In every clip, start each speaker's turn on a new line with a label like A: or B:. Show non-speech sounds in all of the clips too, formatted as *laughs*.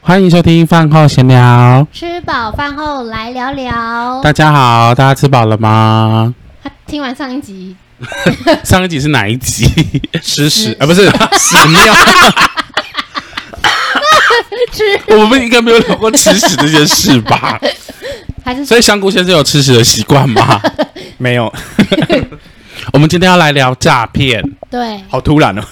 A: 欢迎收听饭后闲聊。
B: 吃饱饭后来聊聊。
A: 大家好，大家吃饱了吗？
B: 他听完上一集，
A: 上一集是哪一集？吃屎
B: 屎
A: *laughs* 啊，不是屎尿。
B: 吃
A: 我们应该没有聊过吃屎这件事吧？
B: 还是
A: 所以香菇先生有吃屎的习惯吗？
C: 没有，
A: 我们今天要来聊诈骗，
B: 对
C: 好突然哦。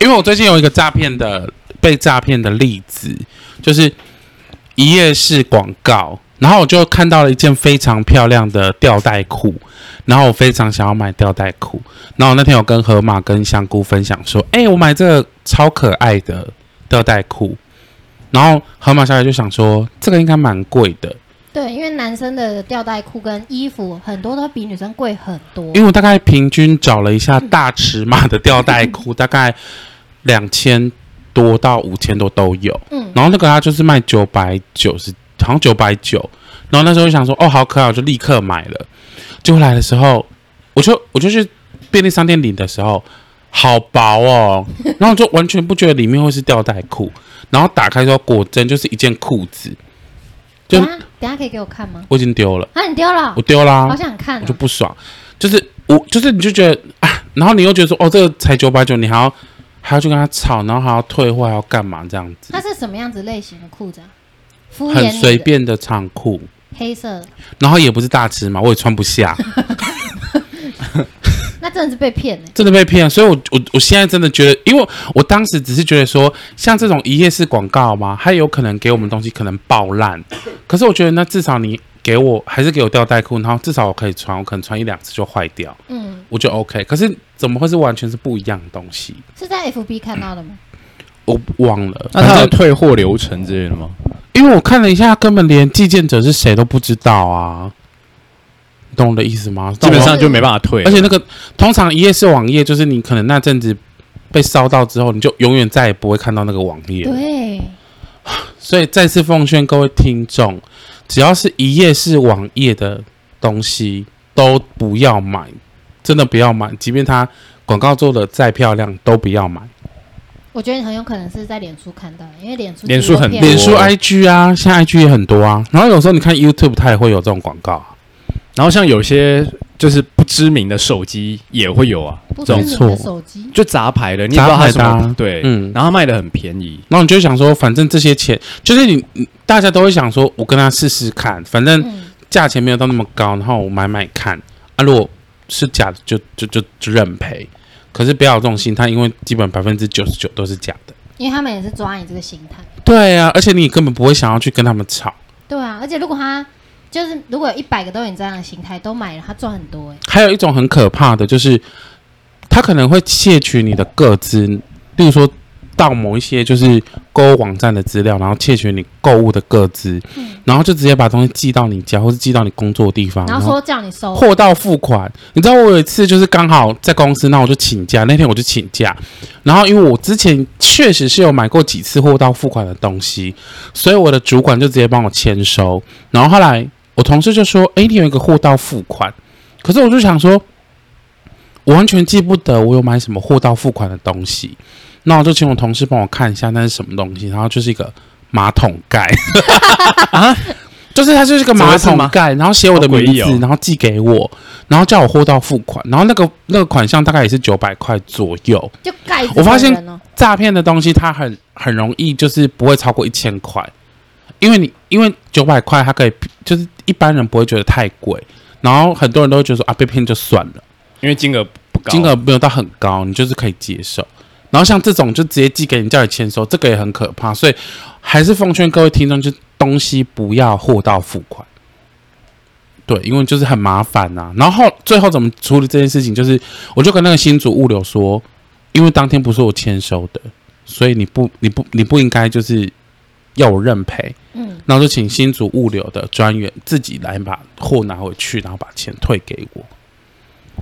A: 因为我最近有一个诈骗的被诈骗的例子，就是一页式广告，然后我就看到了一件非常漂亮的吊带裤，然后我非常想要买吊带裤，然后那天有跟河马跟香菇分享说，哎、我买这个超可爱的吊带裤，然后河马小姐就想说，这个应该蛮贵的，
B: 对，因为男生的吊带裤跟衣服很多都比女生贵很多
A: 因。为我大概平均找了一下大尺码的吊带
B: 嗯
A: 裤，大概两千多到五千多都有。
B: 嗯，
A: 然后那个它就是卖九百九十，好像九百九。然后那时候就想说，哦，好可爱，我就立刻买了。结果来的时候，我就我就去便利商店领的时候，好薄
B: *laughs*
A: 哦，然后我就完全不觉得里面会是吊带裤。然后打开之后，果真就是一件裤子，就
B: 等下等下可以给我看吗？
A: 我已经丢了，
B: 啊，你丢了
A: 我，丢啦、
B: 好想看
A: 我
B: 啊
A: 就！不爽，就是我就是你就觉得啊，然后你又觉得说哦，这个才九百九，你还要还要去跟他吵，然后还要退货，还要干嘛这样子
B: 它，是什么样子类型的裤子啊？敷
A: 很
B: 衍
A: 随
B: 你的
A: 便的长裤，
B: 黑色的，
A: 然后也不是大尺码，我也穿不下，
B: 那真的是被骗欸呢。
A: 真的被骗，所以我我我现在真的觉得，因为我当时只是觉得说，像这种一夜式广告嘛，它有可能给我们东西可能爆烂，可是我觉得那至少你给我还是给我吊带裤，然后至少我可以穿，我可能穿一两次就坏掉，
B: 嗯，
A: 我就 OK。可是怎么会是完全是不一样的东西？
B: 是在 FB 看到的吗？
A: 我忘了，
C: 那他
A: 反
C: 有
A: 正
C: 退货流程之类的吗？
A: 因为我看了一下，根本连寄件者是谁都不知道啊，你懂我的意思吗？
C: 基本
A: 但
C: 上就没办法退
A: 我，，而且那个通常一页式网页，就是你可能那阵子被烧到之后，你就永远再也不会看到那个网页了。
B: 对，
A: 所以再次奉劝各位听众，只要是一页式网页的东西，都不要买，真的不要买，即便它广告做的再漂亮，都不要买。
B: 我觉得你很有可能是在脸书看到的，因为脸书
C: 脸
B: 几乎
C: 书很
B: 骗
A: 脸
B: 人
A: 书、IG 啊，现在 IG 也很多啊。然后有时候你看 YouTube，它也会有这种广告啊。
C: 然后像有些就是不知名的手机也会有啊，
B: 不
C: 这
B: 是
C: 种
B: 你
A: 错
B: 的手机，
C: 就杂牌的，你也不知道它什
A: 杂牌的
C: 么
A: 啊
C: 对，
A: 嗯
C: 然后它卖的很便宜，
A: 然后你就会想说，反正这些钱就是你，你大家都会想说，我跟他试试看，反正
B: 嗯，
A: 价钱没有到那么高，然后我买买看啊，如果是假的就就就就认赔，可是不要有这种心态，因为基本百分之九十九都是假的。
B: 因为他们也是抓你这个心态。
A: 对啊，而且你根本不会想要去跟他们吵。
B: 对啊，而且如果他就是如果有一百个都有你这样的心态，都买了，他赚很多哎、
A: 还有一种很可怕的，就是他可能会窃取你的个资，例如说到某一些就是购物网站的资料，然后窃取你购物的个资，
B: 嗯
A: 然后就直接把东西寄到你家，或是寄到你工作的地方，
B: 然后说叫你收，
A: 货到付款。你知道我有一次就是刚好在公司，那我就请假，那天我就请假。然后因为我之前确实是有买过几次货到付款的东西，所以我的主管就直接帮我签收。然后后来我同事就说：“诶，你有一个货到付款。”可是我就想说，我完全记不得我有买什么货到付款的东西。那我就请我同事帮我看一下那是什么东西，然后就是一个马桶盖 *laughs* 啊，就是它就是一个马
C: 怎么
A: 桶
C: 是吗
A: 盖，然后写我的
C: 好诡
A: 名
C: 异
A: 字，
C: 哦
A: 然后寄给我，然后叫我货到付款，然后那个那个款项大概也是九百块左右。
B: 就盖着
A: 我发现
B: 这个人哦
A: 诈骗的东西它很很容易就是不会超过一千块，因为你因为九百块它可以就是一般人不会觉得太贵，然后很多人都会觉得说啊被骗就算了。
C: 因为金额不高，
A: 金额没有到很高，你就是可以接受。然后像这种就直接寄给你叫你签收，这个也很可怕，所以还是奉劝各位听众，就东西不要货到付款。对，因为就是很麻烦呐、然后最后怎么处理这件事情，就是我就跟那个新主物流说，因为当天不是我签收的，所以你不你不你不应该就是要我认赔，
B: 嗯，
A: 然后就请新竹物流的专员自己来把货拿回去，然后把钱退给我。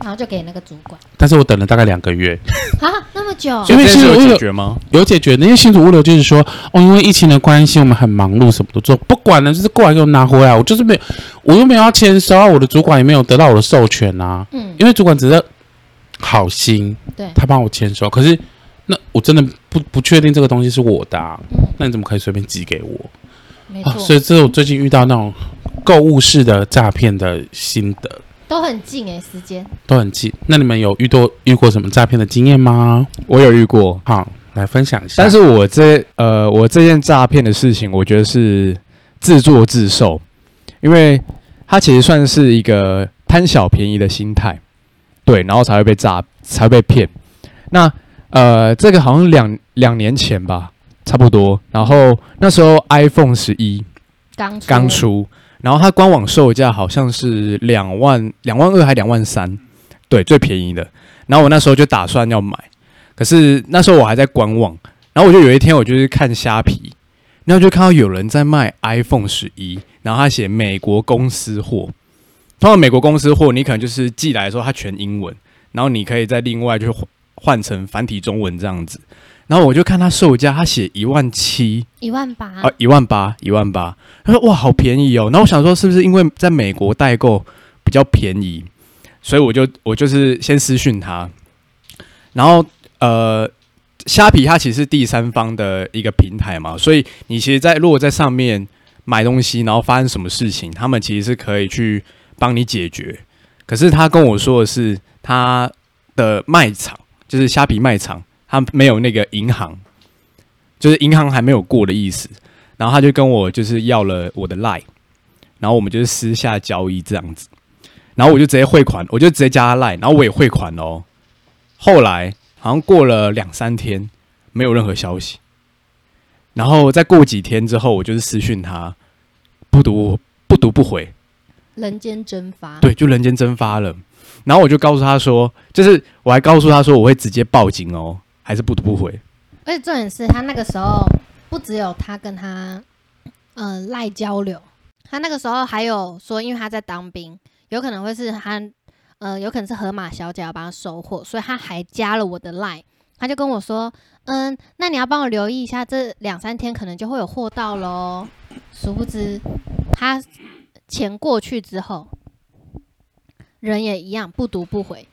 B: 然后就给那个主管
A: 但是我等了大概两个月，
B: 啊，那么久，
C: 所以
A: 因为
C: 这件事
A: 是
C: 有
A: 为了
C: 解决吗？
A: 有解决的，因为新竹物流就是说，哦，因为疫情的关系，我们很忙碌，什么都做，不管了，就是过来给我拿回来，我就是没有，我又没有要签收啊，我的主管也没有得到我的授权啊，
B: 嗯，
A: 因为主管只是好心，
B: 对
A: 他帮我签收，可是那我真的不不确定这个东西是我的、啊，那你怎么可以随便寄给我？
B: 嗯没
A: 啊
B: 错，
A: 所以这是我最近遇到那种购物式的诈骗的心得，
B: 都很近哎，时间
A: 都很近。那你们有遇到遇过什么诈骗的经验吗？
C: 我有遇过，
A: 好，来分享一下。
C: 但是我这呃，我这件诈骗的事情，我觉得是自作自受，因为它其实算是一个贪小便宜的心态，对，然后才会被诈，才会被骗。那呃，这个好像两两年前吧，差不多。然后那时候 iPhone 十一
B: 刚出
C: 刚，出，然后它官网售价好像是两万两万二还两万三，对，最便宜的。然后我那时候就打算要买，可是那时候我还在观望。然后我就有一天，我就是看虾皮，然后就看到有人在卖 iPhone 十一，然后他写美国公司货。通常美国公司货，你可能就是寄来的时候它全英文，然后你可以再另外就换换成繁体中文这样子。然后我就看它售价，它写一万七，
B: 一万八，
A: 哎
C: 啊，一万八，一万八。他说哇，好便宜哦。然后我想说，是不是因为在美国代购比较便宜，所以我就我就是先私讯他，然后呃，虾皮它其实是第三方的一个平台嘛，所以你其实在，如果在上面买东西，然后发生什么事情，他们其实是可以去帮你解决。可是他跟我说的是，他的卖场就是虾皮卖场，他没有那个银行，就是银行还没有过的意思。然后他就跟我就是要了我的 line，然后我们就是私下交易这样子，然后我就直接汇款，我就直接加他 line，然后我也汇款哦。后来好像过了两三天，没有任何消息，然后再过几天之后，我就是私讯他，不读不读不回，
B: 人间蒸发，
C: 对，就人间蒸发了。然后我就告诉他说，就是我还告诉他说我会直接报警哦，还是不读不回。
B: 而且重点是他那个时候不只有他跟他呃赖交流，他那个时候还有说，因为他在当兵，有可能会是他呃有可能是河马小姐要帮他收货，所以他还加了我的赖，他就跟我说，嗯，那你要帮我留意一下，这两三天可能就会有货到喽。殊不知他钱过去之后，人也一样不读不回，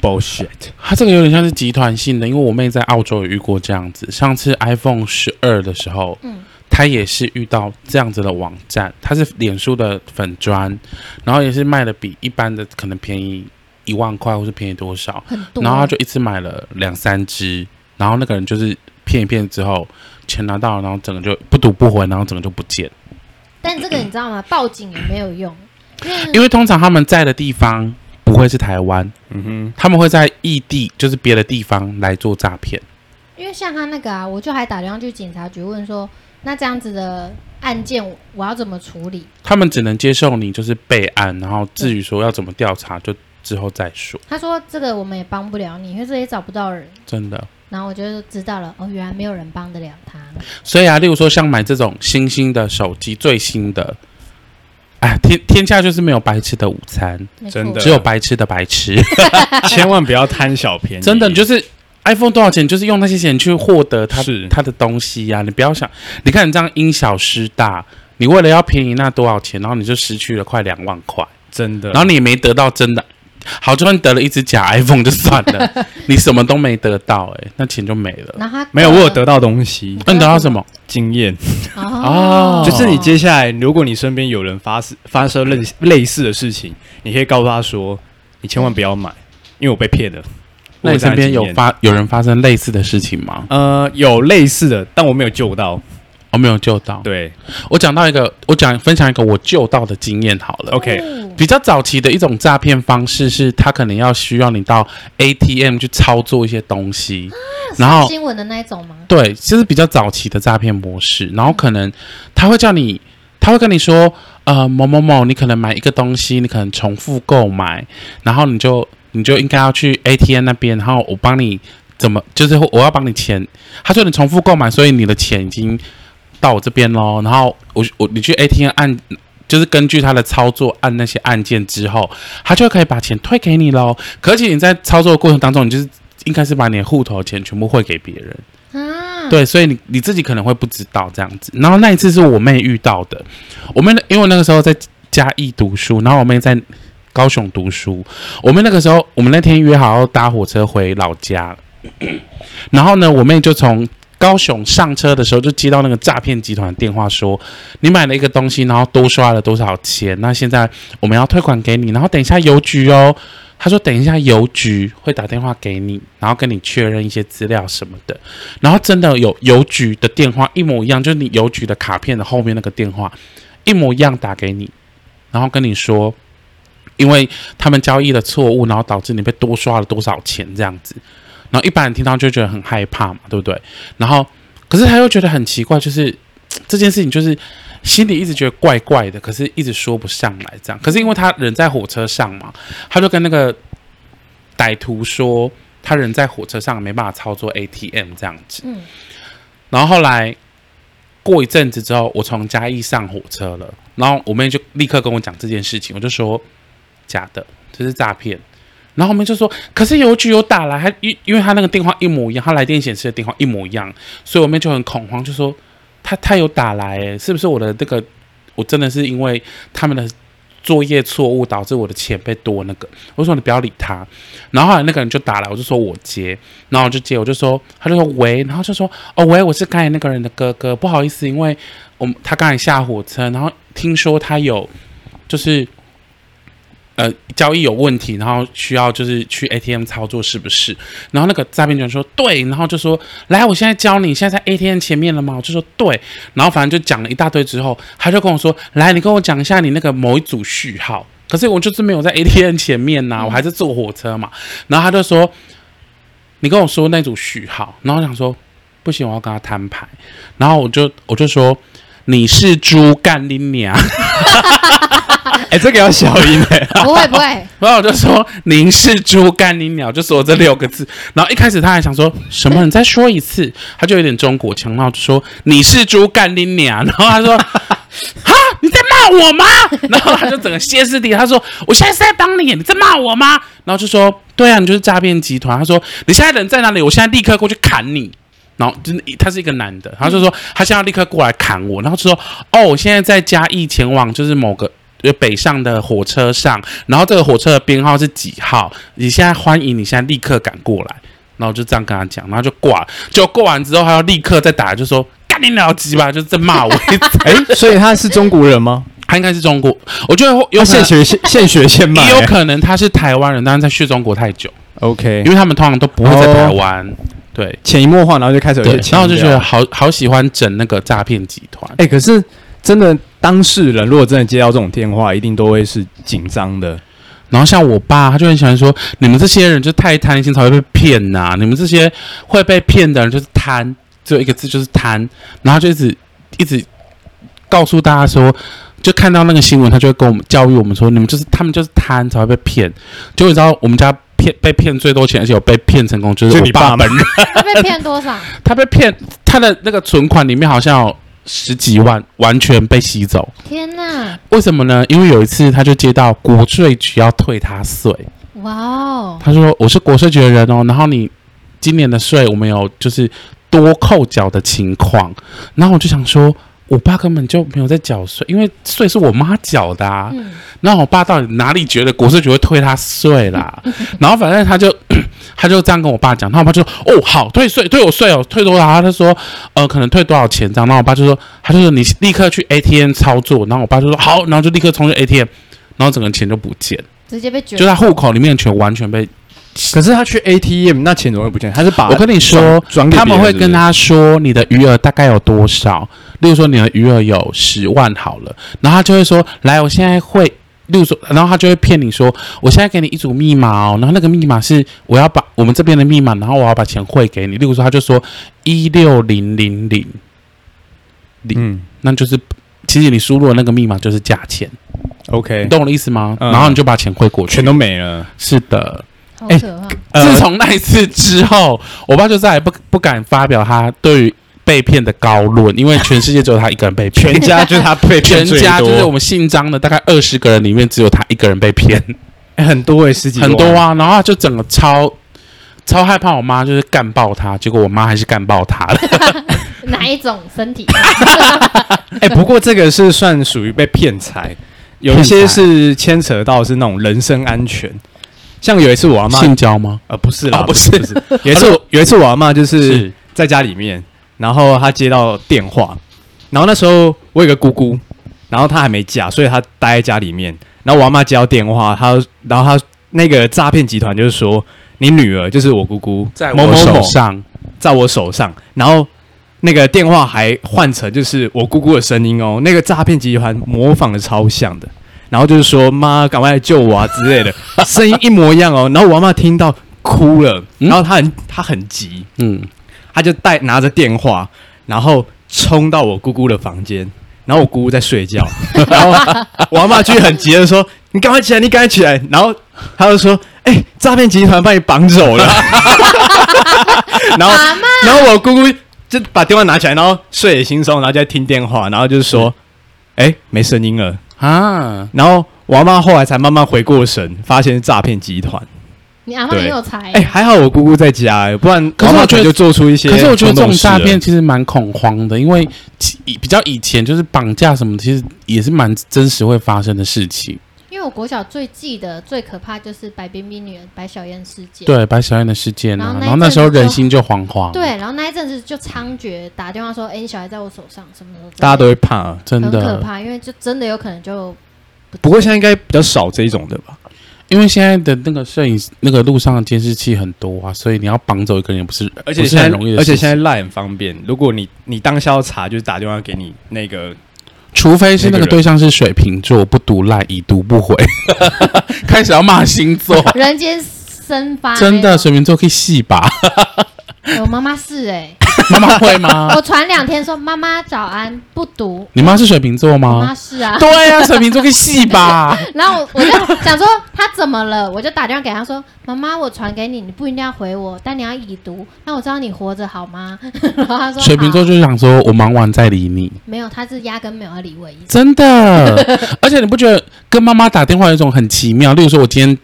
C: bullshit，
A: 它这个有点像是集团性的，因为我妹在澳洲有遇过这样子。上次 iPhone 十二的时候，
B: 嗯
A: 她也是遇到这样子的网站，它是脸书的粉砖，然后也是卖的比一般的可能便宜一万块，或是便宜多少，
B: 很多。啊
A: 然后她就一次买了两三只，然后那个人就是骗一骗之后，钱拿到了，然后整个就不读不回，然后整个就不见。
B: 但这个你知道吗？报警也没有用，因为
A: 因为通常他们在的地方不会是台湾，
C: 嗯哼，
A: 他们会在异地，就是别的地方来做诈骗。
B: 因为像他那个啊，我就还打电话去警察局问说，那这样子的案件我我要怎么处理？
A: 他们只能接受你就是备案，然后至于说要怎么调查，就之后再说。
B: 他说这个我们也帮不了你，因为这也找不到人。
A: 真的，
B: 然后我就知道了，哦，原来没有人帮得了他。
A: 所以啊，例如说像买这种新兴的手机，最新的，哎，天天下就是没有白吃的午餐，
B: 没错
C: 真的
A: 只有白吃的白吃。
C: 千万不要贪小便宜，
A: 真的，你就是 iPhone 多少钱，就是用那些钱去获得它
C: 是
A: 它的东西啊呀、你不要想，你看你这样因小失大。你为了要便宜那多少钱，然后你就失去了快两万块，
C: 真的，
A: *laughs* 然后你也没得到真的，好，就算得了一只假 iPhone 就算
C: *laughs*
A: 了，你什么都没得到、哎，那钱就没了。
B: 然后他
C: 没有，我有得到东西
A: 那你得到什么？
C: 经验，
A: 哦，
B: 哦
C: 就是你接下来，如果你身边有人发生发生类类似的事情，你可以告诉他说，你千万不要买，因为我被骗了。
A: 那你身边有
C: 我这样的经验
A: 发有人发生类似的事情吗？
C: 呃有类似的，但我没有救到。
A: 我没有救到。
C: 对
A: 我讲到一个，我讲分享一个我救到的经验好了。
C: ，OK，
B: 哦
A: 比较早期的一种诈骗方式是，他可能要需要你到 ATM 去操作一些东西，
C: 啊
A: 然后
B: 新闻的那一种吗？
A: 对，这是比较早期的诈骗模式。然后可能他会叫你，他会跟你说，呃，某某某，你可能买一个东西，你可能重复购买，然后你就你就应该要去 ATM 那边，然后我帮你怎么，就是我要帮你钱。他说你重复购买，所以你的钱已经到我这边喽。然后我我你去 ATM 按。就是根据他的操作按那些按键之后，他就可以把钱退给你喽。可且你在操作的过程当中，你就是应该是把你的户头钱全部汇给别人。
B: 啊，
A: 对，所以你你自己可能会不知道这样子。然后那一次是我妹遇到的，我妹因为我那个时候在嘉义读书，然后我妹在高雄读书，我们那个时候我们那天约好要搭火车回老家，然后呢，我妹就从高雄上车的时候就接到那个诈骗集团的电话说，你买了一个东西，然后多刷了多少钱？那现在我们要退款给你，然后等一下邮局哦。他说等一下邮局会打电话给你，然后跟你确认一些资料什么的。然后真的有邮局的电话一模一样，就是你邮局的卡片的后面那个电话一模一样打给你，然后跟你说。因为他们交易的错误，然后导致你被多刷了多少钱这样子，然后一般人听到就觉得很害怕嘛，对不对？然后，可是他又觉得很奇怪，就是嘖这件事情就是心里一直觉得怪怪的，可是一直说不上来这样。可是因为他人在火车上嘛，他就跟那个歹徒说他人在火车上没办法操作 ATM 这样子。
B: 嗯，
A: 然后后来过一阵子之后，我从嘉义上火车了，然后我妹就立刻跟我讲这件事情，我就说假的，这是诈骗。然后我们就说，可是邮局有打来，还因因为他那个电话一模一样，他来电显示的电话一模一样，所以我妹就很恐慌，就说他他有打来、欸，是不是我的这个我真的是因为他们的作业错误导致我的钱被多那个？我就说你不要理他。然后后来那个人就打来，我就说我接，然后我就接，我就说他就说喂，然后就说哦喂，我是刚才那个人的哥哥，不好意思，因为我们他刚才下火车，然后听说他有就是呃交易有问题，然后需要就是去 ATM 操作是不是？然后那个诈骗集团说对，然后就说来，我现在教你，现在在 ATM 前面了吗？我就说对，然后反正就讲了一大堆之后，他就跟我说来，你跟我讲一下你那个某一组序号。可是我就是没有在 ATM 前面呐、我还是坐火车嘛。然后他就说：“你跟我说那组序号。”然后我想说：“不行，我要跟他摊牌。”然后我就我就说：“你是猪干你娘！”
C: 哎，这个要小心哎。
B: 不会不会，
A: 然后我就说：“您是猪干你鸟。”就说这六个字。然后一开始他还想说什么，你再说一次，他就有点中国腔，然后就说：“你是猪干你鸟。”然后他说：“哈，你在骂我吗？”然后他就整个歇斯底里，他说：“我现在是在帮你，你在骂我吗？”然后就说：“对啊，你就是诈骗集团。”他说：“你现在人在哪里？我现在立刻过去砍你。”然后就是他是一个男的，他就说他现在立刻过来砍我，然后就说：“哦，我现在在嘉义前往就是某个就呃北上的火车上，然后这个火车的编号是几号？你现在欢迎你现在立刻赶过来。然后我就这样跟他讲，然后就挂了。就挂完之后，他要立刻再打，就说干你老鸡吧，就是在骂我。
C: *laughs* 哎，所以他是中国人 *laughs* 吗？
A: 他应该是中国，我觉得有
C: 要
A: 可
C: 现
A: 能，
C: 学现现学现卖
A: 也
C: 欸。
A: 有可能他是台湾人，但是在去中国太久，
C: OK，
A: 因为他们通常都不会在台湾。对
C: 潜移默化，然后就开始有一
A: 对
C: 些，情
A: 然后我就觉
C: 调
A: 得好好喜欢整那个诈骗集团。
C: 哎、可是真的当事人如果真的接到这种电话，一定都会是紧张的。
A: 然后像我爸，他就很喜欢说：“你们这些人就太贪心才会被骗呐、你们这些会被骗的人就是贪，只有一个字就是贪。”然后就一直一直告诉大家说，就看到那个新闻，他就会跟我们教育我们说：“你们就是他们就是贪才会被骗。”就你知道我们家。骗被骗最多钱，而且有被骗成功，就是
C: 就
A: 我
C: 你爸
A: 本人。
B: 他被骗多少？ *laughs*
A: 他被骗，他的那个存款里面好像有十几万，完全被吸走。
B: 天哪，
A: 为什么呢？因为有一次他就接到国税局要退他税，
B: 哇哦，
A: 他说我是国税局的人哦，然后你今年的税我们有就是多扣缴的情况，然后我就想说，我爸根本就没有在缴税，因为税是我妈缴的啊。
B: 嗯，
A: 那我爸到底哪里觉得国税局会退他税啦？然后反正他就 *clears throat* 他就这样跟我爸讲，然后我爸就说：“哦，好，退税，退我税哦，退多少？”他就说：“呃，可能退多少钱这样。”然后我爸就说：“他就说你立刻去 ATM 操作。”然后我爸就说：“好。”然后就立刻冲去 ATM，然后整个钱就不见，
B: 直接被卷
A: 就。他户口里面的钱完全被
C: 可是他去 ATM，那钱怎么会不见？他是把
A: 我跟你说
C: 转转啊给
A: 他们
C: 别人
A: 会跟他说你的余额大概有多少，例如说你的余额有十万好了，然后他就会说，来，我现在会，例如说，然后他就会骗你说，我现在给你一组密码哦，然后那个密码是我要把我们这边的密码，然后我要把钱汇给你，例如说他就说一六零零零，
C: 是不是嗯
A: 那就是其实你输入的那个密码就是价钱，你
C: ，OK，
A: 懂我的意思吗？
C: 嗯
A: 然后你就把钱汇过去，
C: 全都没了。
A: 是的。
B: 好
C: 哎
B: 可怕！
A: 自从那一次之后，我爸就再也不不敢发表他对于被骗的高论，因为全世界只有他一个人 *laughs* 被骗
C: 全。家就是他被
A: 全
C: 骗最
A: 家就是我
C: 多，
A: 们姓张的，大概二十个人里面只有他一个人被骗，
C: 哎很多哎、十几万
A: 很多。啊。然后他就整个超超害怕，我妈就是干爆他，结果我妈还是干爆他了。
B: 哪一种身体？
C: 哎、不过这个是算属于被骗财，有一
A: 骗
C: 些
A: 财
C: 是牵扯到是那种人身安全，像有一次我阿妈，
A: *laughs* 性交吗？
C: 呃，不是啦，
A: 哦不
C: 是不是，有一次我有一次我阿妈就是
A: 是
C: 在家里面，然后她接到电话，然后那时候我有个姑姑，然后她还没嫁，所以她待在家里面。然后我阿妈接到电话，她然后她那个诈骗集团就是说，你女儿就是我姑姑，某某
A: 手
C: 某
A: 上，
C: 在我手上，然后那个电话还换成就是我姑姑的声音哦，那个诈骗集团模仿的超像的，然后就是说妈，赶快来救我啊之类的，声音一模一样哦，然后我妈妈听到哭了，
A: 嗯
C: 然后她很她很急，
A: 嗯，
C: 她就带拿着电话，然后冲到我姑姑的房间。然后我姑姑在睡觉，然后我阿妈就很急的说：“你赶快起来，你赶快起来！”然后她就说：“哎、诈骗集团把你绑走了。” *laughs* 然后
B: 阿妈，
C: 然后我姑姑就把电话拿起来，然后睡眼惺忪，然后就在听电话，然后就是说，哎、没声音了。
A: 啊，
C: 然后我阿妈后来才慢慢回过神，发现是诈骗集团。
B: 你阿妈
C: 对
B: 很有才
C: 哎、
B: 欸，
C: 还好我姑姑在家、哎不然
A: 可是
C: 我
A: 我
C: 妈
A: 觉
C: 可
A: 得
C: 能就做出一些
A: 可是我觉得这种诈骗
C: 冲动事
A: 其实蛮恐慌的，因为其以比较以前就是绑架什么，其实也是蛮真实会发生的事情。
B: 因为我国小最记得最可怕就是白冰冰女儿白小燕事件，
A: 对，白小燕的事件
B: 然
A: 啊
B: 后，那
A: 然后那
B: 一阵
A: 时候
B: 子就
A: 人心就惶惶，，
B: 对，然后那一阵子就猖獗打电话说，哎，你小孩在我手上，什么什么之类的，
C: 大家都会怕、啊。
A: 真
B: 很可
A: 的，
B: 怕，因为就真的有可能就 *laughs*
C: 不过现在应该比较少这一种的吧？
A: 因为现在的那个摄影那个路上的监视器很多啊，所以你要绑走一个人也不是，
C: 而且
A: 不是
C: 现在
A: 很容易的
C: 而
A: 事情，
C: 且现在赖很方便。如果你你当下要查，就是打电话给你那个，
A: 除非是那
C: 那
A: 个
C: 个
A: 对象是水瓶座，不读赖已读不
C: *laughs*
A: 回，开始要骂星
B: *laughs*
A: 座，
B: 人间生发那种，
A: 真的水瓶座可以戏吧？
B: 哎我妈妈是哎，
A: 妈妈会吗？
B: *laughs* 我传两天说妈妈早安不读，
A: 你妈是水瓶座
B: 我妈
A: 吗？
B: 是
A: *laughs*
B: 啊，
A: 对呀、啊，水瓶座可以戏
B: *laughs*
A: 吧？
B: 然后我我就想说他怎么了，我就打电话给他说：“妈妈，我传给你，你不一定要回我，但你要已读，让我知道你活着好吗？”然后他说：“
A: 水瓶座
B: 好
A: 就是想说我忙完再理你，
B: 没有，他是压根没有要理我意思。
A: 真的。 *laughs* 而且你不觉得跟妈妈打电话有一种很奇妙？例如说，我今天。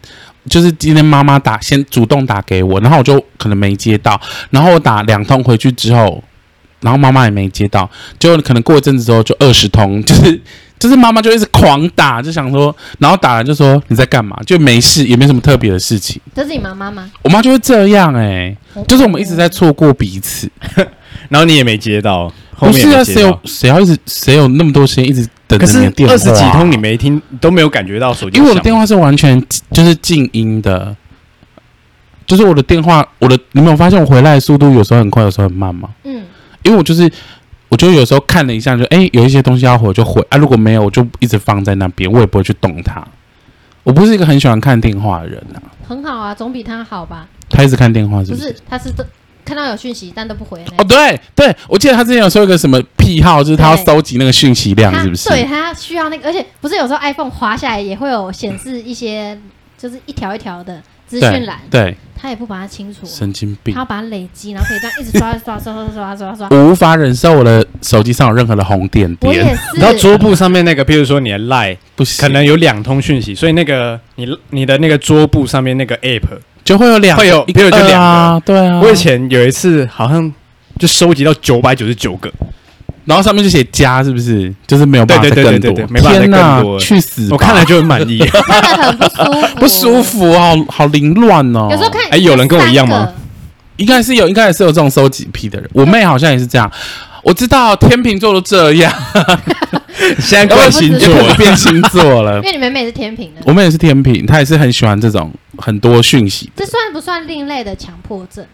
A: 就是今天妈妈打先主动打给我，然后我就可能没接到，然后我打两通回去之后，然后妈妈也没接到，结果可能过一阵子之后就二十通， *laughs* 就是就是妈妈就一直狂打，就想说，然后打了就说你在干嘛，就没事，也没什么特别的事情。
B: 这是你妈妈吗？
A: 我妈就会这样哎、就是我们一直在
B: 哦
A: 错过彼此。
C: 然后你也没接到，
A: 不
C: 后面也
A: 是
C: 没
A: 啊，
C: 接
A: 谁有
C: 到
A: 谁要一直谁有那么多时间一直等
C: 可
A: 着
C: 是
A: 你的电话？啊
C: 二十几通你，没听，你都没有感觉到手机响。
A: 因为我的电话是完全就是静音的，就是我的电话，我的你没有发现我回来的速度有时候很快，有时候很慢吗？
B: 嗯，因
A: 因为我就是。我就有时候看了一下就，哎，有一些东西要回我就回啊，如果没有我就一直放在那边，我也不会去动它。我不是一个很喜欢看电话的人啊，
B: 很好啊，总比他好吧？
A: 他一直看电话是
B: 不
A: 不是？
B: 是，他是都看到有讯息但都不回那
A: 哦，
B: 种。
A: 对对，我记得他之前有说一个什么癖好，就是他要
B: 对
A: 收集那个讯息量，
B: 他
A: 是不是？
B: 对他需要那个，而且不是有时候 iPhone 滑下来也会有显示一些，就是一条一条的资讯栏，
A: 对，
B: 他也不把它清除，啊
A: 神经病
B: 他。要把它累积，然后可以这样一直刷刷刷刷刷刷刷。
A: 我无法忍受我的手机上有任何的红点
B: 我也
A: 点，
B: 是，
C: 然后桌布上面那个，譬如说你的 Line
A: 不行，
C: 可能有两通讯息，所以那个你你的那个桌布上面那个 App，、
A: 就会有两
C: 会有
A: 一个
C: 比如就两个
A: 啊，对啊。
C: 我以前有一次好像就收集到九百九十九个，
A: 然后上面就写加，是不是？就是没有办法
C: 对
A: 再
C: 对
A: 更
C: 对
A: 多
C: 对对，没办法再
A: 天哪
C: 更多了
A: 去死吧！
C: 我看了就很满 *laughs* 意。
B: 看得很不舒服，
A: 不舒。服，好好凌乱哦。
B: 有时候看，
C: 哎有人跟我一样吗
B: 三个？
A: 应该是有，应该也是有这种收集癖的人。我妹好像也是这样，我知道天秤座都这样，
C: 现在关星座
A: *laughs* 我
C: 了，
A: 变星座了
B: 因。为你们妹是天平的，
A: 我妹也是天秤，她也是很喜欢这种很多讯息。
B: 这算不算另类的强迫症？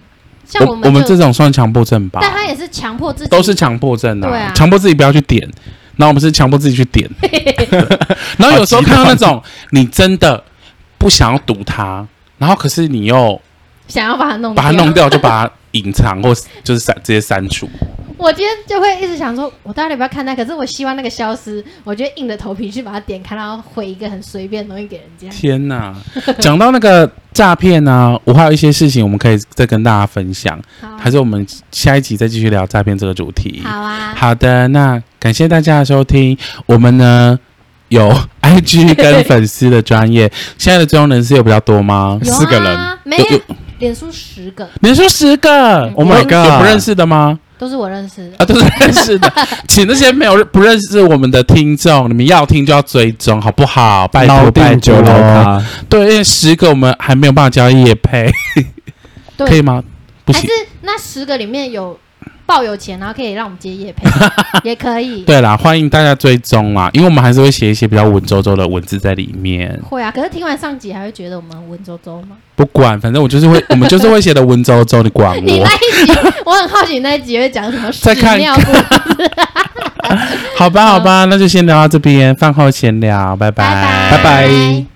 B: 像
A: 我
B: 我们
A: 们
B: 就
A: 这种算强迫症吧？
B: 但他也是强迫自己，
A: 都是强迫症
B: 对
A: 啊
B: 啊，
A: 强、迫自己不要去点。然后我们是强迫自己去点，对然后有时候看到那种你真的不想要读它，然后可是你又
B: 想要把它弄
A: 把它弄。掉，就把它隐藏或是就是删直接删除。
B: 我今天就会一直想说，我到底要不要看它？可是我希望那个消失，我就硬着头皮去把它点开，然后回一个很随便的东西给人家。
A: 天哪！讲到那个诈骗呢，我还有一些事情我们可以再跟大家分享，
B: 好啊
A: 还是我们下一集再继续聊诈骗这个主题。
B: 好啊，
A: 好的，那感谢大家的收听。我们呢有 *laughs* IG 跟粉丝的专业，现在的追踪人数有比较多吗？
B: 有啊
C: 四个人，
B: 没
A: 有
B: 有，脸书十个，
A: 你说十个
B: 嗯 Oh
C: my
A: 有
C: god
A: 有不认识的吗？
B: 都是我认识的。
A: 啊，都是认识的，请那些没有不认识我们的听众，你们要听就要追踪，好不好？拜托
C: 老
A: 拜
C: 定
A: 托
C: 九楼咖，
A: 对，因为十个我们还没有办法交夜配，
B: 对
A: 可以吗？不
B: 还
A: 行
B: 是。那十个里面有报有钱，然后可以让我们接夜
A: *laughs*
B: 配，也可以。
A: 对啦，欢迎大家追踪啦，因为我们还是会写一些比较文绉绉的文字在里面。
B: 会啊，可是听完上集还会觉得我们很文绉绉吗？
A: 不管，反正我就是会，我们就是会写的文绉绉，你管
B: 你
A: 我
B: 那？一集，我很好奇你那一集会讲什么屎
A: 再看
B: 尿裤。
A: 好吧，好吧，那就先聊到这边，饭后闲聊，拜
B: 拜
A: 拜
C: 拜拜
B: 拜